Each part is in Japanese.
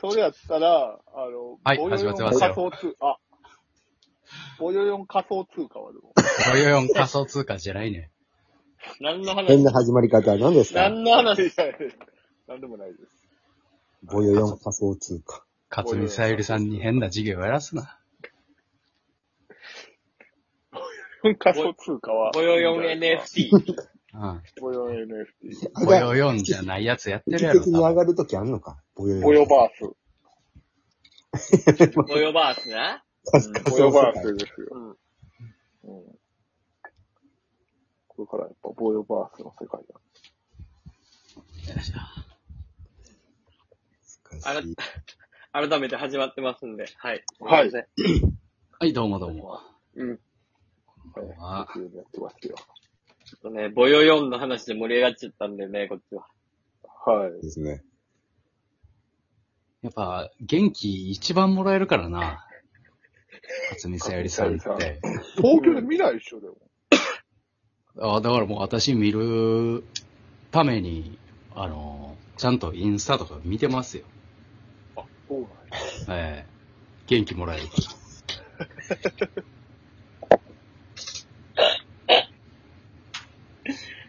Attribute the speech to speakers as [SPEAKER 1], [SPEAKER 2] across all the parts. [SPEAKER 1] それやったら、あの、
[SPEAKER 2] はい
[SPEAKER 1] ボヨヨン
[SPEAKER 2] 始まってますよ
[SPEAKER 1] 仮想通貨、あ、ボヨヨン仮想通貨はでも、
[SPEAKER 2] ボヨヨン仮想通貨じゃないね。
[SPEAKER 1] 何の
[SPEAKER 3] 変
[SPEAKER 1] 話、
[SPEAKER 3] な始まり方は何ですか
[SPEAKER 1] 何の話じゃ ないです。何でもないです。
[SPEAKER 3] ボヨヨン仮想通貨。
[SPEAKER 2] 勝見さゆりさんに変な事業やらすな。
[SPEAKER 1] ボヨヨン仮想通貨は、
[SPEAKER 4] ボヨヨン NFT。
[SPEAKER 2] うん。
[SPEAKER 1] ボヨヨン NFT。
[SPEAKER 2] ボヨヨンじゃないやつやって
[SPEAKER 3] 一
[SPEAKER 2] るや
[SPEAKER 3] 時
[SPEAKER 2] ろ。
[SPEAKER 3] 的に上
[SPEAKER 2] 多分
[SPEAKER 3] がるときあんのかボヨヨン。
[SPEAKER 1] ボヨバー
[SPEAKER 4] ボヨバースな。
[SPEAKER 1] ス。
[SPEAKER 3] 仮
[SPEAKER 1] ボヨ
[SPEAKER 3] 想
[SPEAKER 1] バ
[SPEAKER 3] 通
[SPEAKER 1] ー
[SPEAKER 3] 貨。
[SPEAKER 1] スですよ。うん。これからやっぱボヨバースの世界だ。
[SPEAKER 4] あら改めて始まってますんで。はい。
[SPEAKER 1] はい
[SPEAKER 4] すま
[SPEAKER 2] はい、どうもどうも。
[SPEAKER 4] せんうん。ち
[SPEAKER 1] は
[SPEAKER 2] あ
[SPEAKER 1] い。普通にやってますよ。
[SPEAKER 4] ょっとね、ボヨヨンの話で盛り上がっちゃったんでね、こっちは。
[SPEAKER 1] はい。
[SPEAKER 3] ですね。
[SPEAKER 2] やっぱ、元気一番もらえるからな。勝見さゆりさんって。
[SPEAKER 1] 東京で見ないでしょ、でも。
[SPEAKER 2] あだからもう私見るために、あの、ちゃんとインスタとか見てますよ。
[SPEAKER 1] あ、そうなんや
[SPEAKER 2] ええ元気もらえるから。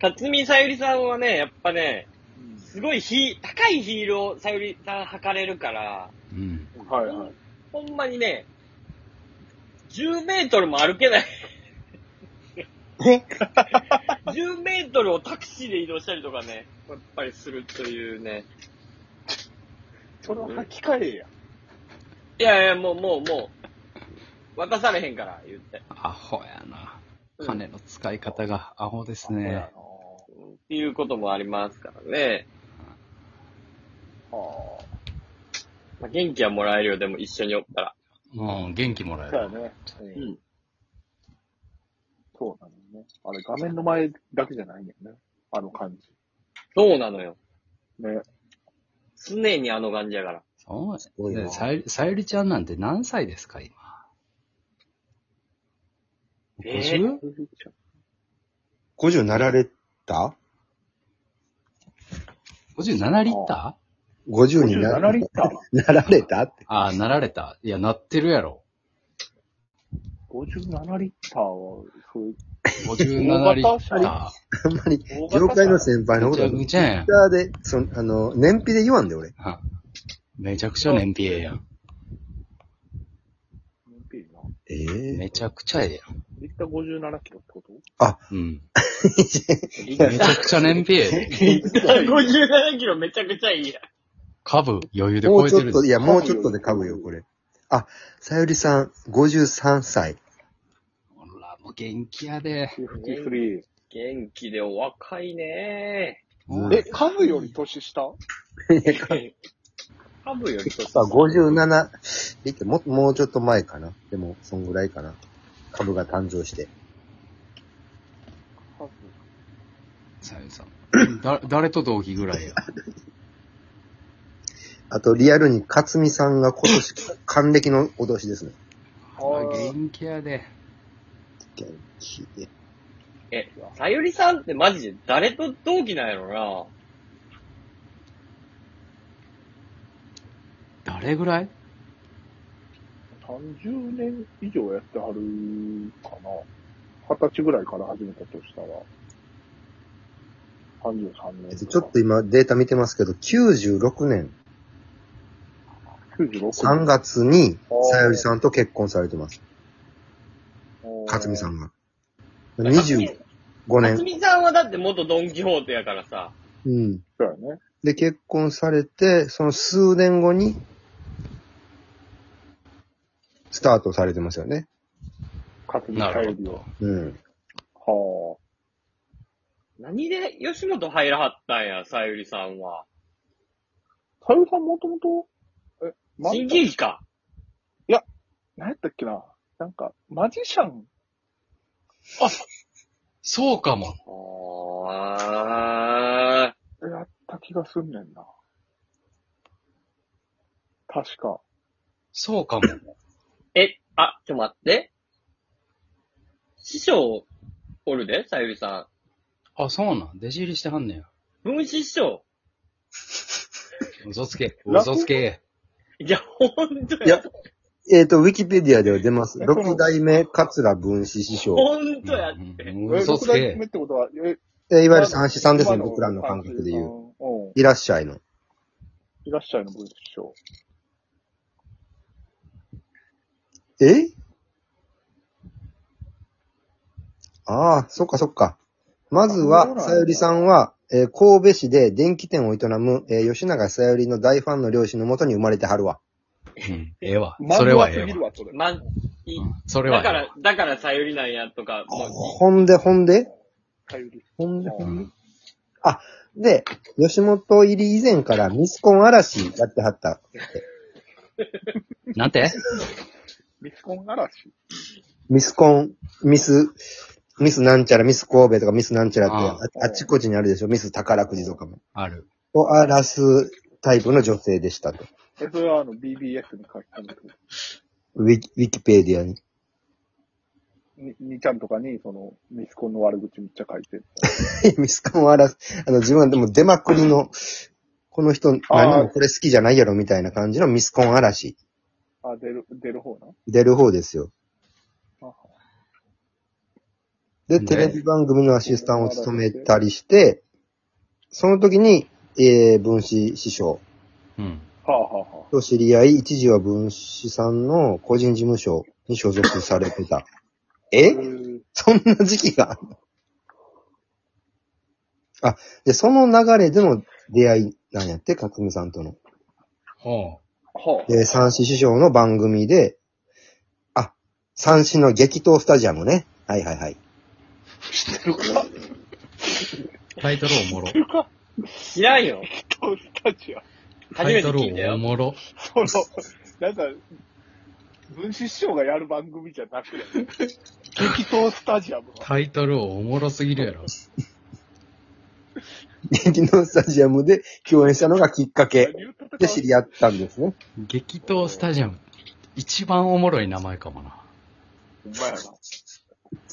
[SPEAKER 4] 辰巳さゆりさんはね、やっぱね、すごいヒー、高いヒールをさゆりさん履かれるから、
[SPEAKER 2] うん。
[SPEAKER 1] はいはい。
[SPEAKER 4] ほんまにね、10メートルも歩けない。10メートルをタクシーで移動したりとかね、やっぱりするというね。
[SPEAKER 1] それは履き替えや。
[SPEAKER 4] いやいや、もう、もう、もう、渡されへんから、言って。
[SPEAKER 2] アホやな。金の使い方がアホですね。
[SPEAKER 4] っていうこともありますからね。
[SPEAKER 1] ああ。
[SPEAKER 4] まあ、元気はもらえるよ、でも一緒におったら。
[SPEAKER 2] うん、元気もらえ
[SPEAKER 1] そうや
[SPEAKER 2] る。
[SPEAKER 1] ね。
[SPEAKER 4] う。
[SPEAKER 1] うんそうなのね。あれ、画面の前だけじゃないんだよね。あの感じ。
[SPEAKER 4] そうなのよ。
[SPEAKER 1] ね。
[SPEAKER 4] 常にあの感じやから。
[SPEAKER 2] そう
[SPEAKER 3] すごいな
[SPEAKER 2] ねさゆりさゆりちゃんなんて何歳ですか、今。
[SPEAKER 4] え
[SPEAKER 2] 50?
[SPEAKER 3] 50なられた
[SPEAKER 2] 57リッタ
[SPEAKER 3] ?50 にな
[SPEAKER 1] 57リッター。
[SPEAKER 3] なられたって。
[SPEAKER 2] ーああ、なられた。いや、なってるやろ。
[SPEAKER 1] 57リッターは、そういう。
[SPEAKER 2] 57リッタ
[SPEAKER 3] あんまり、
[SPEAKER 1] 大型
[SPEAKER 3] 業界の先輩
[SPEAKER 2] ー。め
[SPEAKER 3] のこ
[SPEAKER 2] ち
[SPEAKER 3] と
[SPEAKER 2] ゃ
[SPEAKER 3] ツイ
[SPEAKER 2] くちゃやん
[SPEAKER 3] ッ。ターで、その、あの、燃費で言わんで、俺。
[SPEAKER 2] めちゃくちゃ燃費ええやん。
[SPEAKER 1] MP な。
[SPEAKER 3] ええ
[SPEAKER 2] めちゃくちゃええやん。
[SPEAKER 1] リッター57キロってこと
[SPEAKER 2] うん。
[SPEAKER 4] リッタ
[SPEAKER 2] めちゃくち ゃ燃費え え。
[SPEAKER 4] ー57キロめちゃくちゃいいや。
[SPEAKER 2] 株余裕で
[SPEAKER 3] も
[SPEAKER 2] 超
[SPEAKER 3] う
[SPEAKER 2] えて
[SPEAKER 3] ちょっ
[SPEAKER 2] る。
[SPEAKER 3] と、いや、もうちょっとで株よ、これ。あ、さゆりさん、53歳。
[SPEAKER 2] ほら、もう元気やで。
[SPEAKER 1] ?53。
[SPEAKER 4] 元気でお若いね
[SPEAKER 3] うん
[SPEAKER 1] え、カズより年下
[SPEAKER 4] ハブよりと
[SPEAKER 3] さあ、57、できも、もうちょっと前かな。でも、そんぐらいかな。株が誕生して。
[SPEAKER 1] カズ。
[SPEAKER 2] さゆりさ ん。だ、誰と同期ぐらいや。
[SPEAKER 3] あと、リアルに、勝美さんが今年、還暦のお年ですね。
[SPEAKER 1] あ
[SPEAKER 2] ほら
[SPEAKER 1] ー
[SPEAKER 2] 元気やで。
[SPEAKER 4] え、さゆりさんってマジで誰と同期なんやろ
[SPEAKER 2] 誰ぐらい
[SPEAKER 1] 30年以上やってはるかな。二十歳ぐらいから始めたとしたら。33
[SPEAKER 3] えっ
[SPEAKER 1] 年。
[SPEAKER 3] とちょっと今、データ見てますけど、96年
[SPEAKER 1] 96年。
[SPEAKER 3] 3月に
[SPEAKER 1] あー、
[SPEAKER 3] さゆりさんと結婚されてます。勝美さんが。25
[SPEAKER 4] な。つ
[SPEAKER 3] 年。
[SPEAKER 4] みさんはだって元ドンキホーテやからさ。
[SPEAKER 3] うん。
[SPEAKER 1] そうやね。
[SPEAKER 3] で、結婚されて、その数年後に、スタートされてますよね。
[SPEAKER 1] 勝美
[SPEAKER 2] な
[SPEAKER 1] さゆ
[SPEAKER 2] るほ
[SPEAKER 1] りを
[SPEAKER 2] ど。。
[SPEAKER 3] うん。
[SPEAKER 1] は
[SPEAKER 4] 何で吉本入らはったんや、さゆりさんは。
[SPEAKER 1] あ。さゆりさんもともと、え、ま、
[SPEAKER 4] 新喜劇か。
[SPEAKER 1] 何やったっけななんか、マジシャン。
[SPEAKER 2] そうかも。
[SPEAKER 4] あ
[SPEAKER 1] やった気がすんねんな。確か。
[SPEAKER 2] そうかも。
[SPEAKER 4] ー。え、あ、ちょっと待って。師匠、おるで、さゆりさ
[SPEAKER 2] あ、そうなん。弟子入りしてはんねや。
[SPEAKER 4] ん。分子師匠。
[SPEAKER 2] 嘘つけ。
[SPEAKER 1] 落語
[SPEAKER 2] 嘘つけ。
[SPEAKER 4] いや、ほんと
[SPEAKER 3] い
[SPEAKER 4] や
[SPEAKER 3] や。えっ、と、ウィキペディアでは出ます。
[SPEAKER 1] えこの
[SPEAKER 3] 六代目桂文子師匠。
[SPEAKER 4] ほんとやって。
[SPEAKER 2] うん
[SPEAKER 1] え
[SPEAKER 2] 嘘
[SPEAKER 1] 六
[SPEAKER 2] つ
[SPEAKER 1] 代
[SPEAKER 2] け
[SPEAKER 1] 目。ってことは、え、
[SPEAKER 3] えい
[SPEAKER 1] い
[SPEAKER 3] わゆる三子さんですね、僕らの感覚で言う。
[SPEAKER 1] う。うん。
[SPEAKER 3] いらっしゃいの。
[SPEAKER 1] いらっしゃいの文章。
[SPEAKER 3] えああ、そっかそっか。まず
[SPEAKER 1] そうなん
[SPEAKER 3] は、
[SPEAKER 1] だ
[SPEAKER 3] さゆりさんは、えー神戸市で電気店を営む、えー吉永さゆりの大ファンの両親のもとに生まれてはるわ。
[SPEAKER 2] うんええわ。それはえ
[SPEAKER 1] まんま過
[SPEAKER 2] え
[SPEAKER 1] ぎる
[SPEAKER 2] わ。
[SPEAKER 1] わ、それ。
[SPEAKER 4] まん、い
[SPEAKER 2] うんそれは
[SPEAKER 4] だ
[SPEAKER 2] ええ
[SPEAKER 4] か
[SPEAKER 2] わ。
[SPEAKER 4] ら、だからさゆりなんやとか、も
[SPEAKER 3] ほんで、ほんで、
[SPEAKER 1] さゆり。
[SPEAKER 3] ほんで、ほ
[SPEAKER 2] うん
[SPEAKER 3] で。
[SPEAKER 2] ん
[SPEAKER 3] で、吉本入り以前からミスコン嵐やってはった。
[SPEAKER 2] なんて
[SPEAKER 1] ミスコン嵐。
[SPEAKER 3] ミスコン、ミス、ミスなんちゃら、ミス神戸とかミスなんちゃらって
[SPEAKER 2] あ
[SPEAKER 3] ああっちこっちにあるでしょ。ミス宝くじとかも。
[SPEAKER 2] ある。
[SPEAKER 3] を荒らすタイプの女性でしたと。
[SPEAKER 1] え、それはあの、BBS に書き込むと。
[SPEAKER 3] ウィキウィキペディアに。
[SPEAKER 1] に、にちゃんとかに、その、ミスコンの悪口めっちゃ書いてる。
[SPEAKER 3] ミスコンを荒らす。あの、自分はでも出まくりの、この人、
[SPEAKER 1] あー
[SPEAKER 3] 何もこれ好きじゃないやろみたいな感じのミスコン嵐。
[SPEAKER 1] あ、出る、出る方な。
[SPEAKER 3] 出る方ですよ。で、
[SPEAKER 2] ね
[SPEAKER 3] テレビ番組のアシスタントを務めたりして、その時に、えー、分子師匠
[SPEAKER 2] うん。
[SPEAKER 1] はあ、はあは
[SPEAKER 3] と知り合い、一時は分子さんの個人事務所に所属されてた。
[SPEAKER 1] あ、
[SPEAKER 3] え
[SPEAKER 1] へー
[SPEAKER 3] そんな時期があんのあ、で、その流れでの出会いなんやって、かつむさんとの。
[SPEAKER 2] ほ
[SPEAKER 1] はあ。
[SPEAKER 3] で、三子師匠の番組で、あ、三子の激闘スタジアムね。はいはいはい。
[SPEAKER 1] 知ってるか
[SPEAKER 2] う。タイトルおもろ。
[SPEAKER 4] う、知らんよ。
[SPEAKER 1] どうしたちや。
[SPEAKER 2] タ
[SPEAKER 4] 初
[SPEAKER 2] イ
[SPEAKER 4] めて
[SPEAKER 2] トル
[SPEAKER 4] 聞いた
[SPEAKER 2] お
[SPEAKER 4] よ。
[SPEAKER 2] もろ。
[SPEAKER 1] その、なんか、文子師匠がやる番組じゃなくて、激闘スタジアムは。
[SPEAKER 2] タイトルおもろすぎるやろ。
[SPEAKER 3] 激闘スタジアムで共演したのがきっかけ
[SPEAKER 1] 何言ってた
[SPEAKER 3] で知り合ったんですね。
[SPEAKER 2] 激闘スタジアム。一番おもろい名前かもな。
[SPEAKER 1] ほんまやな。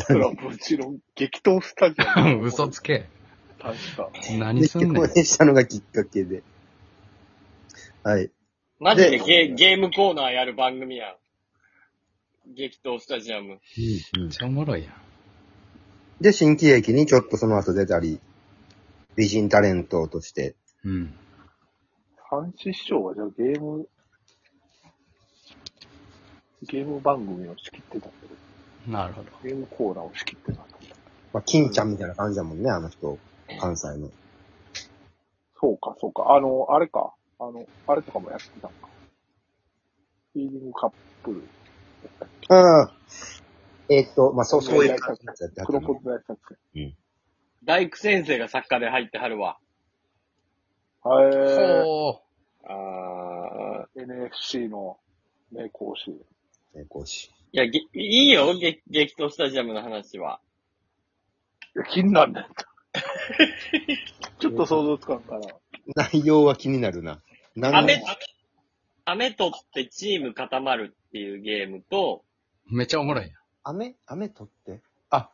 [SPEAKER 1] それは文子の激闘スタジアム。
[SPEAKER 2] 嘘つけ。
[SPEAKER 1] 確か。
[SPEAKER 2] 何
[SPEAKER 3] です
[SPEAKER 2] んね
[SPEAKER 3] 共
[SPEAKER 2] ん。
[SPEAKER 3] 演したのがきっかけで。はい。
[SPEAKER 4] マジでゲゲームコーナーやる番組やん。激闘スタジアム。
[SPEAKER 2] めっちゃおもろいやん。
[SPEAKER 3] で、新喜劇にちょっとその後出たり、美人タレントとして。
[SPEAKER 2] うん。
[SPEAKER 1] 三子師匠はじゃあゲーム、ゲーム番組を仕切ってたってこ
[SPEAKER 2] なるほど。
[SPEAKER 1] とゲームコーナーを仕切ってたってこと
[SPEAKER 3] まあ、金ちゃんみたいな感じだもんね、あの人。関西の。
[SPEAKER 1] そうか、そうか。あの、あれか。あの、あれとかもやってたんか。フィーリングカップル。
[SPEAKER 3] ああ。えーっと、まあ、そう、そういう感じになっちゃって。
[SPEAKER 1] クロコップのやつだっけ。
[SPEAKER 4] 大工先生が作家で入ってはるわ。
[SPEAKER 1] は
[SPEAKER 2] ほ
[SPEAKER 4] あー。
[SPEAKER 1] い。NFC の名講師。
[SPEAKER 3] えー講師。
[SPEAKER 4] いや、げいいよ、激激闘スタジアムの話は。
[SPEAKER 1] いや、気になんねん。ちょっと想像つかんから。
[SPEAKER 3] 内容は気になるな。何
[SPEAKER 4] ア
[SPEAKER 3] の
[SPEAKER 4] メ、アメ取ってチーム固まるっていうゲームと、
[SPEAKER 2] う。めっちゃおもろいやん。
[SPEAKER 3] 雨雨取って。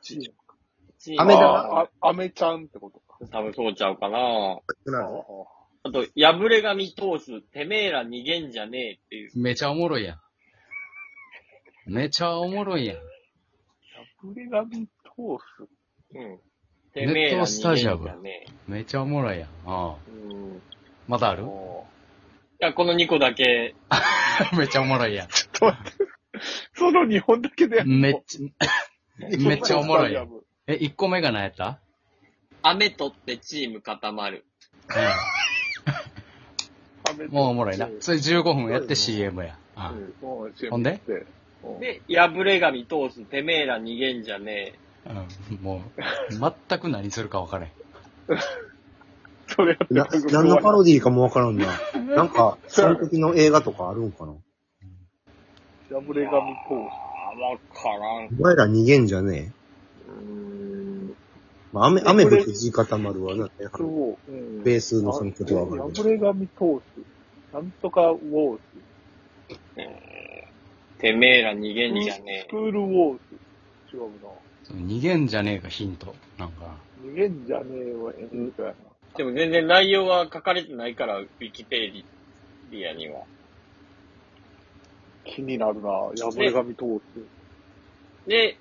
[SPEAKER 4] チーム
[SPEAKER 3] アメだ
[SPEAKER 1] あああアメちゃんってことか。
[SPEAKER 4] 多分そうちゃうかな
[SPEAKER 1] ああ
[SPEAKER 4] あと、破れ神通す、てめえら逃げんじゃねえっていう。
[SPEAKER 2] めちゃおもろいやん。めちゃおもろいやん。
[SPEAKER 1] 破れ紙トース。
[SPEAKER 4] うん。てめえら逃げんじゃね
[SPEAKER 2] めちゃおもろいやん。ああ。
[SPEAKER 4] え。うん。い
[SPEAKER 2] まだあ
[SPEAKER 1] あ
[SPEAKER 2] る
[SPEAKER 1] ー
[SPEAKER 4] や、この2個だけ、
[SPEAKER 2] めちゃおもろいや
[SPEAKER 1] その日本だけでや
[SPEAKER 2] ん。めっちゃ、めっちゃおもろいやん
[SPEAKER 1] ん。
[SPEAKER 2] え、1個目が何やった
[SPEAKER 4] 雨取ってチーム固まる。
[SPEAKER 1] 雨
[SPEAKER 2] うん。
[SPEAKER 1] と
[SPEAKER 2] もうおもろ いな。それ15分やって CM や。
[SPEAKER 1] う
[SPEAKER 2] あ
[SPEAKER 1] んもう CM
[SPEAKER 2] ほんで
[SPEAKER 1] 行ってうん
[SPEAKER 4] で、破れ神通す、てめえら逃げんじゃね
[SPEAKER 2] あうん。もう、全く何するか分からへん。
[SPEAKER 1] それやって
[SPEAKER 3] な、何のパロディーかもわからんな。なんか、その時の映画とかあるんかな。
[SPEAKER 1] 破
[SPEAKER 4] え。
[SPEAKER 1] れ紙コース。
[SPEAKER 4] あー、わからん。
[SPEAKER 3] お前ら逃げんじゃね
[SPEAKER 4] うーん。
[SPEAKER 3] え。まあ、雨、雨で藤井固まるわな。
[SPEAKER 1] そう。うん
[SPEAKER 3] ベースのそのことはわかる
[SPEAKER 1] 破
[SPEAKER 3] けど。
[SPEAKER 1] れ紙トース。なんとかウォー
[SPEAKER 4] てめえら逃げんじゃ
[SPEAKER 1] ス。
[SPEAKER 4] ね
[SPEAKER 1] スクールウォース。違うな。
[SPEAKER 2] その逃げんじゃねえか、ヒント。なんか。
[SPEAKER 1] 逃げんじゃねえわ、えんやな。
[SPEAKER 4] え。でも全然内容は書かれてないから、ウィキペディアには。
[SPEAKER 1] 気になるな、破れ神通って。
[SPEAKER 4] で、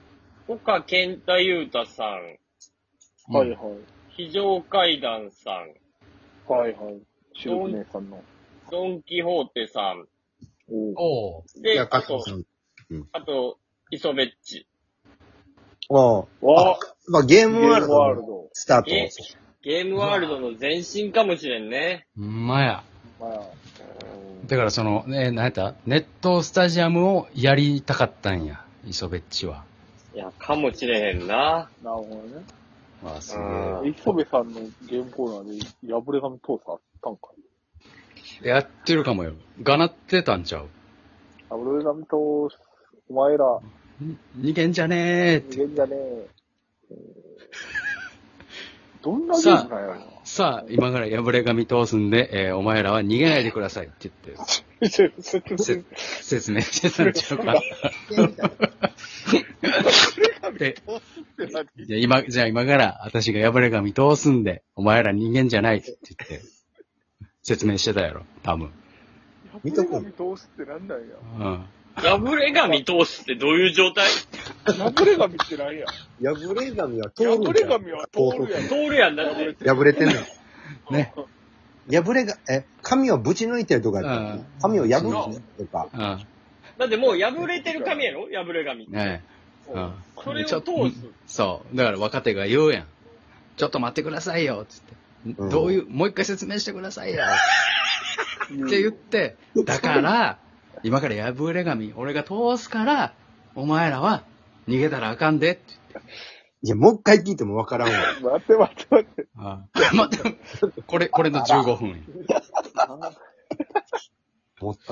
[SPEAKER 4] 岡健太裕太さん、
[SPEAKER 2] うん
[SPEAKER 1] はいはい。
[SPEAKER 4] 非常階段さん、
[SPEAKER 1] はいはい。シルク姉さんの。
[SPEAKER 4] ドンキホーテさん、
[SPEAKER 1] おお。
[SPEAKER 2] おう
[SPEAKER 4] で、あ
[SPEAKER 3] や、かつ
[SPEAKER 4] と
[SPEAKER 3] さ、ん。
[SPEAKER 4] あと、磯ベッチ。
[SPEAKER 3] ああ。
[SPEAKER 1] わあ
[SPEAKER 3] まあ、ゲ
[SPEAKER 1] ゲ
[SPEAKER 3] ー
[SPEAKER 1] ー
[SPEAKER 3] ム
[SPEAKER 1] ム
[SPEAKER 3] ワール
[SPEAKER 1] ワール
[SPEAKER 3] ドの
[SPEAKER 1] ド。
[SPEAKER 3] スタート。
[SPEAKER 4] えゲームワールドの前身かもしれんね。
[SPEAKER 2] ほんまや。
[SPEAKER 1] まあ、
[SPEAKER 2] だからその、ね、なんやったネットスタジアムをやりたかったんや、磯ベッチは。
[SPEAKER 4] いや、かもしれへんな。
[SPEAKER 1] なるほどね。
[SPEAKER 2] あ、す
[SPEAKER 4] げえうん
[SPEAKER 1] 磯部さんのゲームコーナーで破れ神通すかあったんか
[SPEAKER 2] やってるかもよ。がなってたんちゃう
[SPEAKER 1] 破れ神通す。お前ら、
[SPEAKER 2] ん逃げんじゃねえって。
[SPEAKER 1] 逃げんじゃねえ。どんなゲームなんやろな。
[SPEAKER 2] さあ、今から破れ紙通すんで、えーお前らは逃げないでくださいって言っ て、せ説明してたんちゃう か。でじゃあ今、じゃあ今から私が破れ紙通すんで、お前ら人間じゃないって言って、説明してたやろ、多分。
[SPEAKER 3] 見とこ
[SPEAKER 1] 破
[SPEAKER 3] う
[SPEAKER 1] れ神通すってなんなんや。
[SPEAKER 2] うん。
[SPEAKER 4] 破れ神通すってどういう状態
[SPEAKER 1] 破れ神ってなんや。
[SPEAKER 3] 破れ神は通るん
[SPEAKER 1] 破
[SPEAKER 3] じ
[SPEAKER 1] れ
[SPEAKER 3] ゃん。
[SPEAKER 1] 神は通るやん。
[SPEAKER 4] 通るやんだって。
[SPEAKER 3] 破れてんの。
[SPEAKER 2] ね。
[SPEAKER 3] 破れが、え、神をぶち抜いてるとかやった
[SPEAKER 2] うん
[SPEAKER 3] っけ神を破るとか。
[SPEAKER 2] うん。
[SPEAKER 4] だってもう破れてる神やろ破れ神。
[SPEAKER 2] ねえ。うん。
[SPEAKER 4] それを
[SPEAKER 2] ちょ
[SPEAKER 4] 通
[SPEAKER 2] っと
[SPEAKER 4] す。
[SPEAKER 2] そう。だから若手が言うやん。ちょっと待ってくださいよ、つって。
[SPEAKER 3] うん
[SPEAKER 2] どういう、もう一回説明してくださいよ、
[SPEAKER 1] っ
[SPEAKER 2] って言って、だから、今から破れ紙、俺が通すから、お前らは逃げたらあかんでって。
[SPEAKER 3] いや、もう一回聞いてもわからんわ。
[SPEAKER 1] 待って待って待って。
[SPEAKER 2] あ あまた、これ、これの15分や。
[SPEAKER 3] 思ったな